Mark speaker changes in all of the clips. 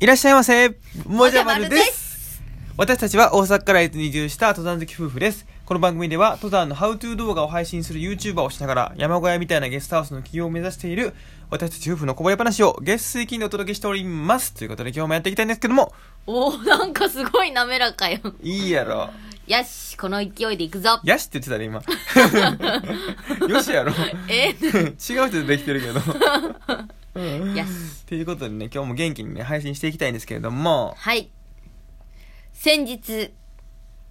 Speaker 1: いらっしゃいませも
Speaker 2: じゃまるです
Speaker 1: 私たちは大阪から伊豆に移住した登山好き夫婦です。この番組では登山のハウトゥー動画を配信する YouTuber をしながら山小屋みたいなゲストハウスの起業を目指している私たち夫婦のこぼれ話を月水金でお届けしております。ということで今日もやっていきたいんですけども、
Speaker 2: おーなんかすごい滑らかよ。
Speaker 1: いいやろ。
Speaker 2: よし、この勢いでい くぞ。
Speaker 1: やしって言ってたね今。 よしやろ。
Speaker 2: え
Speaker 1: 違う人でできてるけど。
Speaker 2: よし。
Speaker 1: ということでね、今日も元気にね、配信していきたいんですけれども、
Speaker 2: はい。先日、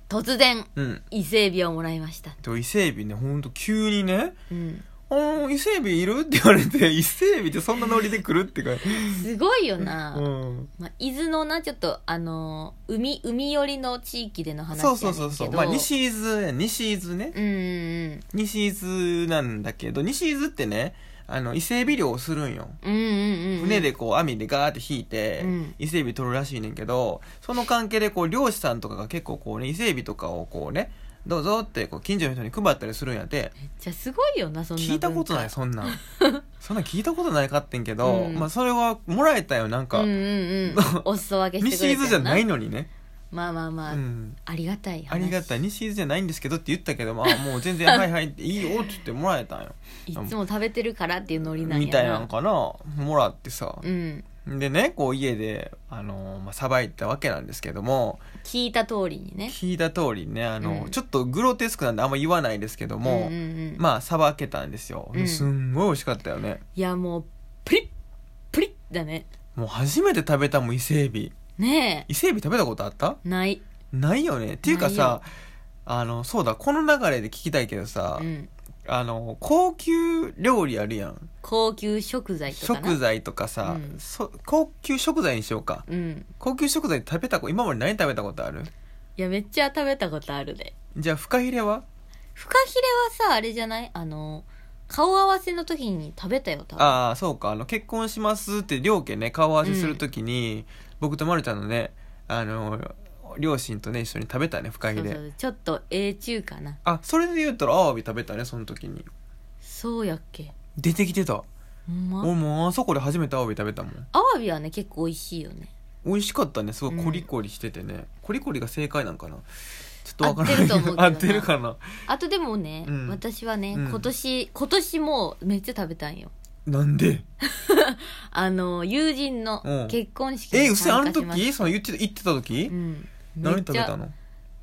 Speaker 2: 突然、
Speaker 1: うん。
Speaker 2: 伊勢エビをもらいました。
Speaker 1: と伊勢海老ね、ほんと急にね、
Speaker 2: うん。
Speaker 1: あの、伊勢海老いるって言われて、 伊勢海老ってそんなノリで来るってか。
Speaker 2: すごいよ
Speaker 1: う
Speaker 2: な。
Speaker 1: ん。
Speaker 2: まあ、伊豆のな、ちょっと、あのー海、海寄りの地域での話
Speaker 1: そ
Speaker 2: なん
Speaker 1: う
Speaker 2: ですけ
Speaker 1: そ
Speaker 2: ど。
Speaker 1: うそうそう。まあ、。西伊豆や、西伊豆ね。
Speaker 2: うんうん
Speaker 1: 西伊豆なんだけど、西伊豆ってね、あの、伊勢海老漁をするんよ。
Speaker 2: うん。うんうんうん。
Speaker 1: 船。でこう網でガーって引いて
Speaker 2: うん
Speaker 1: 伊勢海老取るらしいねんけどその関係でこう漁師さんとかが結構こうね伊勢海老とかをこうねどうぞってこう近所の人に配ったりするんやって
Speaker 2: じゃあすごいよな、そんな文化。
Speaker 1: 聞いたことないそんなんそん なん聞いたことないかってんけど、
Speaker 2: うん
Speaker 1: まあそれはもらえたよなんか、
Speaker 2: うんうん うん。お裾分けしてく
Speaker 1: 西
Speaker 2: れ
Speaker 1: 伊
Speaker 2: たよ
Speaker 1: 豆じゃないのにね、
Speaker 2: まあまあまあ、
Speaker 1: うん、
Speaker 2: ありがたい話。
Speaker 1: ありがたい西伊豆じゃないんですけどって言った けどまあもう全然はいはいっていいよって言ってもらえたんよ
Speaker 2: いつも食べてるからっていうノリなんやな
Speaker 1: みたいなんかなもらってさ
Speaker 2: うん
Speaker 1: でねこう家であのーまあさばいたわけなんですけども
Speaker 2: 聞いた通りにね
Speaker 1: 聞いた通りねあの、
Speaker 2: うん
Speaker 1: ちょっとグロテスクなんであんま言わないですけども、
Speaker 2: うんうんうん
Speaker 1: まあさばけたんですよ、
Speaker 2: うん
Speaker 1: すんごい美味しかったよね
Speaker 2: いやもうプリップリッだね
Speaker 1: もう初めて食べたもん伊勢海老
Speaker 2: ね
Speaker 1: 伊勢海老食べたことあった
Speaker 2: えない
Speaker 1: ないよねっていうか
Speaker 2: ないよ
Speaker 1: さあのそうだこの流れで聞きたいけどさ、
Speaker 2: うん
Speaker 1: あの高級料理あるやん
Speaker 2: 高級食材とかな
Speaker 1: 食材とかさ、
Speaker 2: うん
Speaker 1: そ高級食材にしようか
Speaker 2: うん
Speaker 1: 高級食材食べたこ今まで何食べたことある
Speaker 2: いやめっちゃ食べたことあるで
Speaker 1: じゃあフカヒレは
Speaker 2: フカヒレはさあれじゃないあの顔合わせの時に食べたよ多分
Speaker 1: ああそうかあの結婚しますって両家ね顔合わせするときに、僕とまるちゃんのねあの両親とね一緒に食べたねフカヒ
Speaker 2: そ
Speaker 1: レ
Speaker 2: うそうちょっとええ中かな
Speaker 1: あそれで言ったらアワビ食べたねその時に
Speaker 2: そうやっけ
Speaker 1: 出てきてた
Speaker 2: ほんま
Speaker 1: 俺もうあそこで初めてアワビ食べたもん
Speaker 2: アワビはね結構美味しいよね
Speaker 1: 美味しかったねすごい
Speaker 2: うん
Speaker 1: コリコリしててね、コリコリが正解なんかなちょっとわから
Speaker 2: 合ってると
Speaker 1: な
Speaker 2: 思うけ
Speaker 1: い
Speaker 2: どな
Speaker 1: 合ってるかな
Speaker 2: あとでもね、
Speaker 1: うん
Speaker 2: 私はね、
Speaker 1: うん
Speaker 2: 今年今年もめっちゃ食べたんよ
Speaker 1: なんで
Speaker 2: あの友人
Speaker 1: うん
Speaker 2: の結婚式
Speaker 1: え
Speaker 2: に
Speaker 1: 嘘やんあの
Speaker 2: 参加しまし
Speaker 1: 時その言って言ってた時、
Speaker 2: たうん
Speaker 1: 何食べ
Speaker 2: め
Speaker 1: た
Speaker 2: っちゃ
Speaker 1: の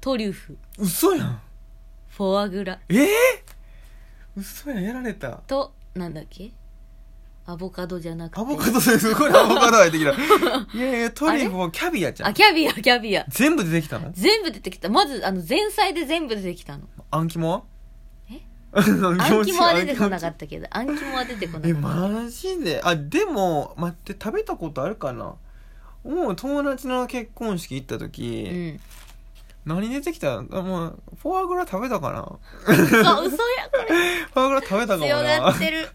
Speaker 2: トリュフ
Speaker 1: 嘘やん
Speaker 2: フォアグラ
Speaker 1: ええ嘘やんやられた
Speaker 2: となんだっけアボカドじゃなくて
Speaker 1: アボカドですごいアボカド入 ってきた。いやいや、トリュフはキャビアじゃ
Speaker 2: あ
Speaker 1: ん。
Speaker 2: キャビアキャビア
Speaker 1: 全部出てきたの
Speaker 2: 全部出てきたまずあの前菜で全部出てきたの
Speaker 1: あん肝は
Speaker 2: え
Speaker 1: あん
Speaker 2: あん肝は出てこなか
Speaker 1: っ
Speaker 2: ったけどあん肝は出てこなか
Speaker 1: え、
Speaker 2: った
Speaker 1: マジであ、でも、待って、食べたことあるかなもう友達の結婚式行った
Speaker 2: う
Speaker 1: 時、
Speaker 2: ん、
Speaker 1: 何出てきたのあもう、フォアグラ食べたかな
Speaker 2: あ嘘やこれ
Speaker 1: フォアグラ食べたかも
Speaker 2: 強が
Speaker 1: な
Speaker 2: っ。てる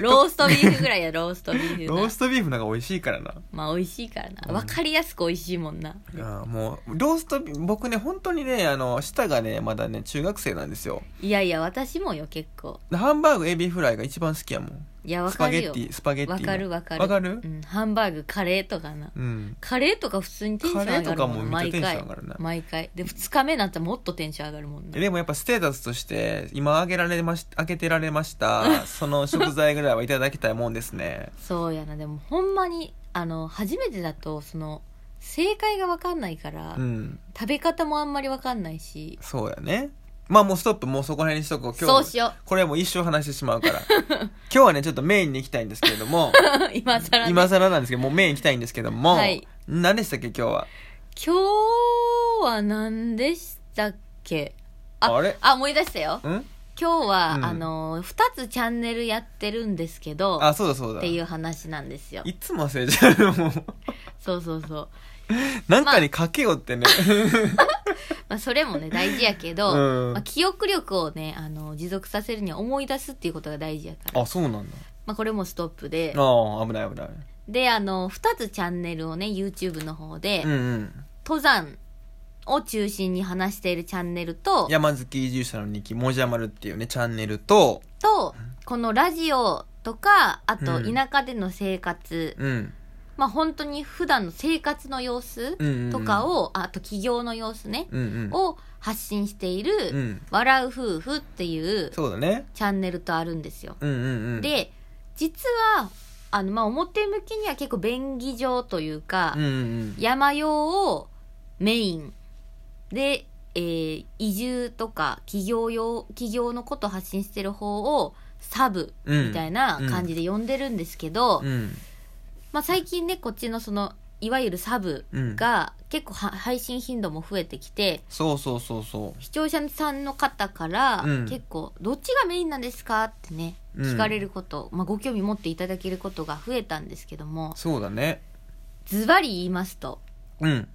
Speaker 2: ローストビーフぐらいやローストビーフ
Speaker 1: ロ
Speaker 2: な
Speaker 1: ーストビーフなんか美味しいからな。
Speaker 2: まあ美味しいからな
Speaker 1: うん
Speaker 2: 分かりやすく美味しいもんな
Speaker 1: あーもう、ローストビーフ、僕ね、本当にね、あの、舌がね、まだね、中学生なんですよ。
Speaker 2: いやいや私もよ結構
Speaker 1: でハンバーグ、エビフライが一番好きやもん。
Speaker 2: いや
Speaker 1: ス
Speaker 2: 分
Speaker 1: パ
Speaker 2: か
Speaker 1: ゲ
Speaker 2: る
Speaker 1: ッ
Speaker 2: よ
Speaker 1: ティスパゲッティ
Speaker 2: わかるわかる
Speaker 1: わかる
Speaker 2: うん、ハンバーグカレーとかな
Speaker 1: うん
Speaker 2: カレーとか普通にテンション上がる
Speaker 1: カレーとかもめっ
Speaker 2: ん
Speaker 1: ちゃ
Speaker 2: 毎
Speaker 1: テンション
Speaker 2: 回
Speaker 1: 上がるな
Speaker 2: 毎回で2日目になったらもっとテンション上がるもん
Speaker 1: え
Speaker 2: ね
Speaker 1: でもやっぱステータスとして今あげられましあげてられま したその食材ぐらいはいただきたいもんですね
Speaker 2: そうやなでもほんまにあの初めてだとその正解が分かんないから、
Speaker 1: うん
Speaker 2: 食べ方もあんまり分かんないし
Speaker 1: そうやねまあもうストップもうそこら辺にしとこう今日
Speaker 2: そうし よ
Speaker 1: これはもう一生話してしまうから 今日はねちょっとメインに行きたいんですけれども
Speaker 2: う今更ね
Speaker 1: 今更なんですけどもうメイン行きたいんですけども、
Speaker 2: はい
Speaker 1: 何でしたっけ今日は
Speaker 2: 今日は何でしたっけ
Speaker 1: あれ
Speaker 2: あ思い出したよ
Speaker 1: うん
Speaker 2: 今日は、
Speaker 1: うん
Speaker 2: あの2つチャンネルやってるんですけど
Speaker 1: あそうだそうだ
Speaker 2: っていう話なんですよ
Speaker 1: いつも忘れちゃう もう
Speaker 2: そうそうそう
Speaker 1: なんかにかけよってね、
Speaker 2: まあ、それもね大事やけど、
Speaker 1: うん
Speaker 2: まあ、記憶力をねあの持続させるには思い出すっていうことが大事やから、
Speaker 1: あそうなんだ
Speaker 2: まあ、これもストップで
Speaker 1: ああ危ない危ない
Speaker 2: であの2つチャンネルをね YouTube の方で、
Speaker 1: うんうん
Speaker 2: 登山を中心に話しているチャンネルと
Speaker 1: 山好き移住者の日記もじゃまるっていうねチャンネルと
Speaker 2: とこのラジオとかあと
Speaker 1: うん
Speaker 2: 田舎での生活
Speaker 1: うん
Speaker 2: まあ本当に普段の生活の様子
Speaker 1: うんうんうん
Speaker 2: とかを、あと企業の様子ね、
Speaker 1: うんうん
Speaker 2: を発信している、
Speaker 1: うん
Speaker 2: 笑う夫婦っていう
Speaker 1: そうだね
Speaker 2: チャンネルとあるんですよ。
Speaker 1: うんうんうん
Speaker 2: で、実は、あの、まあ、表向きには結構便宜上というか、
Speaker 1: うんうん
Speaker 2: 山用をメインで、えー移住とか企業用、企業のことを発信してる方をサブ
Speaker 1: うん
Speaker 2: みたいな感じで呼んでるんですけど、
Speaker 1: うん
Speaker 2: まあ、最近ね、こっちのその、いわゆるサブ
Speaker 1: うん
Speaker 2: が結構は配信頻度も増えてきて、
Speaker 1: そうそうそうそ
Speaker 2: 視聴者さんの方から、
Speaker 1: うん
Speaker 2: 結構どっちがメインなんですかってね
Speaker 1: うん
Speaker 2: 聞かれること、まあ、ご興味持っていただけることが増えたんですけども
Speaker 1: うそうだね
Speaker 2: ズバリ言いますと
Speaker 1: うん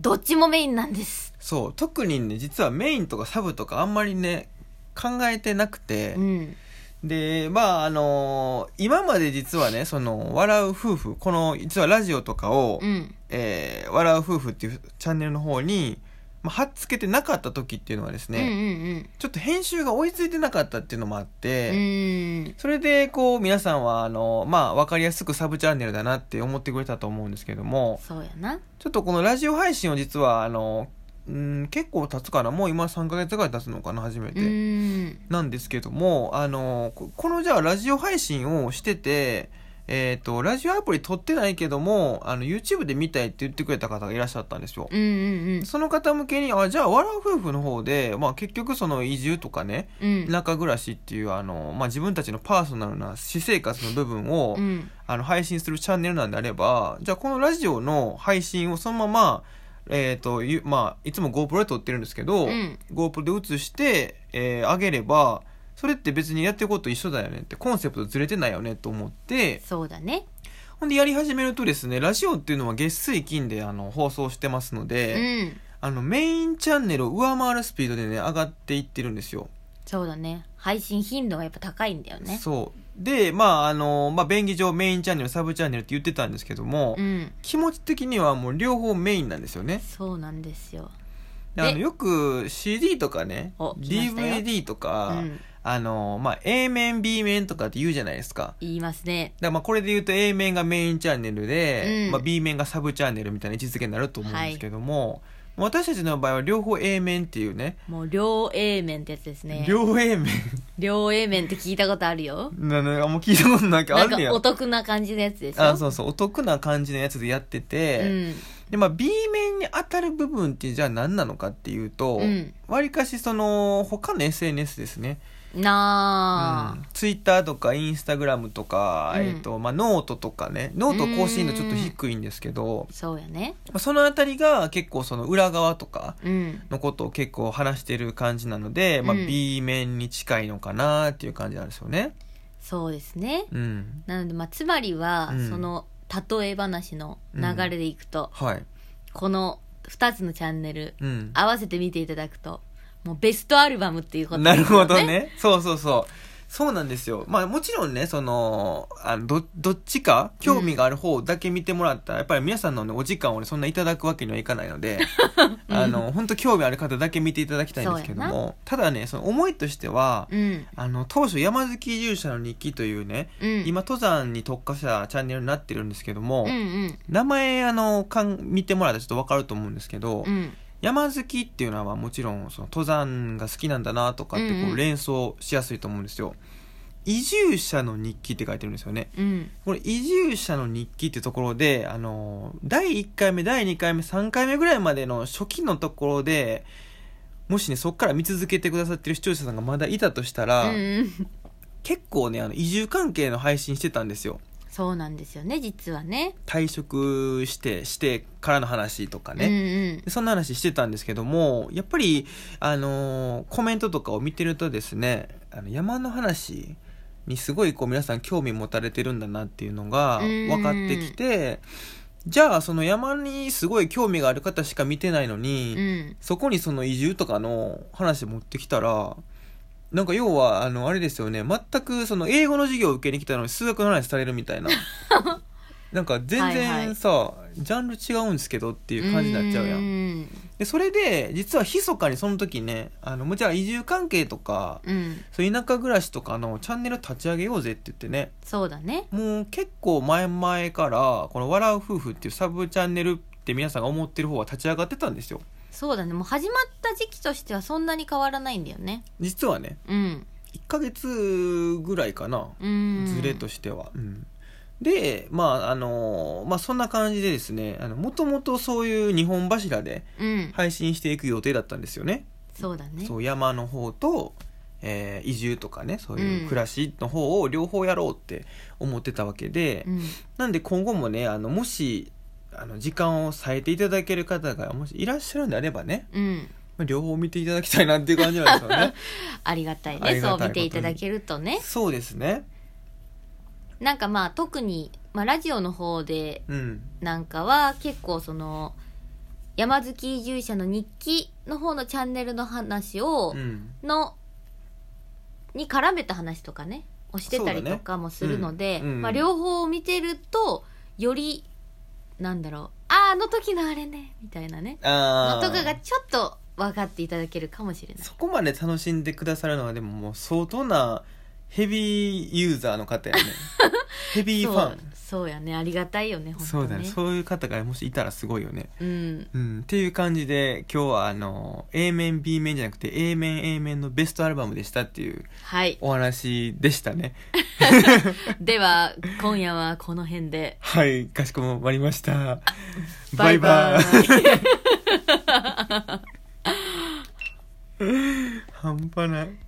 Speaker 2: どっちもメインなんです、
Speaker 1: そう特にね実はメインとかサブとかあんまりね考えてなくて、
Speaker 2: うん、
Speaker 1: でまああのー今まで実はねその「笑う夫婦」この実はラジオとかを「
Speaker 2: うん
Speaker 1: えー笑う夫婦」っていうチャンネルの方に、まあ、はっつけてなかった時っていうのはです
Speaker 2: うんうん
Speaker 1: ね、ちょっと編集が追いついてなかったっていうのもあっ
Speaker 2: う
Speaker 1: て、
Speaker 2: んうん
Speaker 1: それでこう皆さんはあのまあ分かりやすくサブチャンネルだなって思ってくれたと思うんですけども
Speaker 2: そうやな
Speaker 1: ちょっとこのラジオ配信を実はあのうん結構経つからもう今3ヶ月ぐらい経つのかな初め
Speaker 2: う
Speaker 1: て、
Speaker 2: ん
Speaker 1: なんですけどもあのここのじゃあラジオ配信をしててえっ、とラジオアプリ撮ってないけどもあの YouTube で見たいって言ってくれた方がいらっしゃったんですよ
Speaker 2: うんうん
Speaker 1: その方向けにあじゃあ笑う夫婦の方で、まあ、結局その移住とかね
Speaker 2: うん
Speaker 1: 田舎暮らしっていうあの、まあ、自分たちのパーソナルな私生活の部分を、
Speaker 2: うん
Speaker 1: あの配信するチャンネルなんであればじゃあこのラジオの配信をそのまま、えーとゆまあ、いつも GoPro で撮ってるんですけど、
Speaker 2: うん
Speaker 1: GoPro で映して、えー上げればそれって別にやってること一緒だよねってコンセプトずれてないよねと思って
Speaker 2: そうだね
Speaker 1: ほんでやり始めるとですねラジオっていうのは月水金であの放送してますの
Speaker 2: う
Speaker 1: で、
Speaker 2: ん
Speaker 1: あのメインチャンネルを上回るスピードでね上がっていってるんですよ。
Speaker 2: そうだね配信頻度がやっぱ高いんだよね
Speaker 1: そうでまああの、まあ、便宜上メインチャンネルサブチャンネルって言ってたんですけども、
Speaker 2: うん
Speaker 1: 気持ち的にはもう両方メインなんですよね
Speaker 2: そうなんですよ
Speaker 1: であの
Speaker 2: で
Speaker 1: よく CD とかね
Speaker 2: お来ましたよ
Speaker 1: DVD とか、
Speaker 2: うん
Speaker 1: あのまあ、A 面 B 面とかって言うじゃないですか
Speaker 2: 言いますね
Speaker 1: だからまあこれで言うと A 面がメインチャンネルで、
Speaker 2: うん
Speaker 1: まあ、B 面がサブチャンネルみたいな位置づけになると思うんですけども、私たちの場合は両方 A 面っていうね
Speaker 2: もう両 A 面ってやつですね
Speaker 1: 両 A 面
Speaker 2: 両 A 面って聞いたことあるよ
Speaker 1: ななんかもう聞いたことなんかあ
Speaker 2: なん
Speaker 1: るね
Speaker 2: か
Speaker 1: や
Speaker 2: お得な感じのやつですよ
Speaker 1: あそうそうお得な感じのやつでやってて、
Speaker 2: うん
Speaker 1: でまあ B 面に当たる部分ってじゃあ何なのかっていうと
Speaker 2: うん
Speaker 1: わり、かしその他の SNS ですね、
Speaker 2: なあ、
Speaker 1: ツイッターとかインスタグラムとか、
Speaker 2: うん
Speaker 1: えーとまあ、ノートとかねノート更新度ちょっと低いんですけど
Speaker 2: そうやね
Speaker 1: まあそのあたりが結構その裏側とか
Speaker 2: うん
Speaker 1: のことを結構話してる感じなので、まあ、
Speaker 2: うん
Speaker 1: B 面に近いのかなっていう感じなんですよね。
Speaker 2: そうですね
Speaker 1: うん、
Speaker 2: なのでまあつまりは、
Speaker 1: うん
Speaker 2: その例え話の流れでいくと、
Speaker 1: はい、
Speaker 2: この2つのチャンネル
Speaker 1: うん
Speaker 2: 合わせて見ていただくともうベストアルバムっていうこと
Speaker 1: な
Speaker 2: です
Speaker 1: る
Speaker 2: よ
Speaker 1: ほどね。そうそうそう。そうなんですよ。まあもちろんね、その、あのど、どっちか、興味がある方だけ見てもらったら、やっぱり皆さんのね、お時間をね、そんないただくわけにはいかないの で、あの、本当興味ある方だけ見ていただきたいんですけど
Speaker 2: そう
Speaker 1: も、ただね、その思いとしては、
Speaker 2: うん
Speaker 1: あの、当初、山好き移住者の日記というね、
Speaker 2: うん
Speaker 1: 今、登山に特化したチャンネルになってるんですけども、
Speaker 2: うんうん
Speaker 1: 名前、あの、かん見てもらったらちょっとわかると思うんですけど、
Speaker 2: うん
Speaker 1: 山好きっていうのはもちろんその登山が好きなんだなとかって
Speaker 2: うん
Speaker 1: こ
Speaker 2: う
Speaker 1: うん連想しやすいと思うんですよ、移住者の日記って書いてるんですよね
Speaker 2: うん
Speaker 1: これ移住者の日記ってところであの第1回目第2回目3回目ぐらいまでの初期のところでもしねそっから見続けてくださってる視聴者さんがまだいたとしたら、
Speaker 2: うんうん
Speaker 1: 結構ねあの移住関係の配信してたんですよ
Speaker 2: そうなんですよね実はね
Speaker 1: 退職してしてからの話とかね、
Speaker 2: ね
Speaker 1: でそんな話してたんですけども、やっぱり、あのーコメントとかを見てるとですね、あの山の話にすごいこう皆さん興味持たれてるんだなっていうのが
Speaker 2: うん
Speaker 1: 分かってきて、じゃあその山にすごい興味がある方しか見てないのに、
Speaker 2: うんうん
Speaker 1: そこにその移住とかの話持ってきたら、なんか要は、あの、あれですよね、全くその英語の授業を受けに来たのに数学の話されるみ たいな。なんか全
Speaker 2: はいは
Speaker 1: 然
Speaker 2: い
Speaker 1: さ、ジャンル違うんですけどっていう感じになっちゃうやん。
Speaker 2: ん
Speaker 1: でで、それで、実は密かにその時ね、あの、もちろん移住関係とか、
Speaker 2: うん
Speaker 1: そういう田舎暮らしとかのチャンネル立ち上げようぜって言ってね、
Speaker 2: そうだね
Speaker 1: もう結構前々から、この笑う夫婦っていうサブチャンネルって皆さんが思ってる方は立ち上がってたんですよ。
Speaker 2: そうだねもう始まった時期としてはそんなに変わらないんだよね
Speaker 1: 実はね、
Speaker 2: うん
Speaker 1: 1ヶ月ぐらいかな、
Speaker 2: うん
Speaker 1: ズレとしては。うんで、まあ、あのまあ、そんな感じでですね、あの、もともとそういう日本柱で
Speaker 2: うん
Speaker 1: 配信していく予定だったんですよね。
Speaker 2: そうだね
Speaker 1: そう山の方と、えー移住とかねそういううん暮らしの方を両方やろうって思ってたわけで、
Speaker 2: うん
Speaker 1: なんで今後もねあのもしあの時間を割いていただける方がもしいらっしゃるんであればね
Speaker 2: うん
Speaker 1: まあ両方見ていただきたいなっていう感じなんですよ ね
Speaker 2: ありがたい
Speaker 1: あ
Speaker 2: ね
Speaker 1: りがたい
Speaker 2: そ
Speaker 1: こ
Speaker 2: う
Speaker 1: とに
Speaker 2: 見ていただけるとね
Speaker 1: そうですね
Speaker 2: なんかまあ特に、まあ、ラジオの方で
Speaker 1: うん
Speaker 2: なんかは結構その山好き移住者の日記の方のチャンネルの話を、
Speaker 1: うん
Speaker 2: のに絡めた話とかねをしてたりとかもするので、
Speaker 1: そうだねうんうん
Speaker 2: まあ、両方を見てるとよりなんだろうあーあの時のあれねみたいなねの
Speaker 1: あ
Speaker 2: とかが
Speaker 1: あ
Speaker 2: ちょっと分かっていただけるかもしれない
Speaker 1: そこまで楽しんでくださるのはでももう相当なヘビーユーザーの方 やねヘビーファ
Speaker 2: そう
Speaker 1: ン
Speaker 2: そうやねありがたいよね本当
Speaker 1: そうだね
Speaker 2: ね
Speaker 1: そういう方がもしいたらすごいよね
Speaker 2: うん
Speaker 1: うん、っていう感じで今日はあの A 面 B 面じゃなくて A 面 A 面のベストアルバムでしたっていう
Speaker 2: はい
Speaker 1: お話でしたね
Speaker 2: では今夜はこの辺で
Speaker 1: はいかしこまりました
Speaker 2: バイバ
Speaker 1: バイバイ
Speaker 2: イ
Speaker 1: 半端ない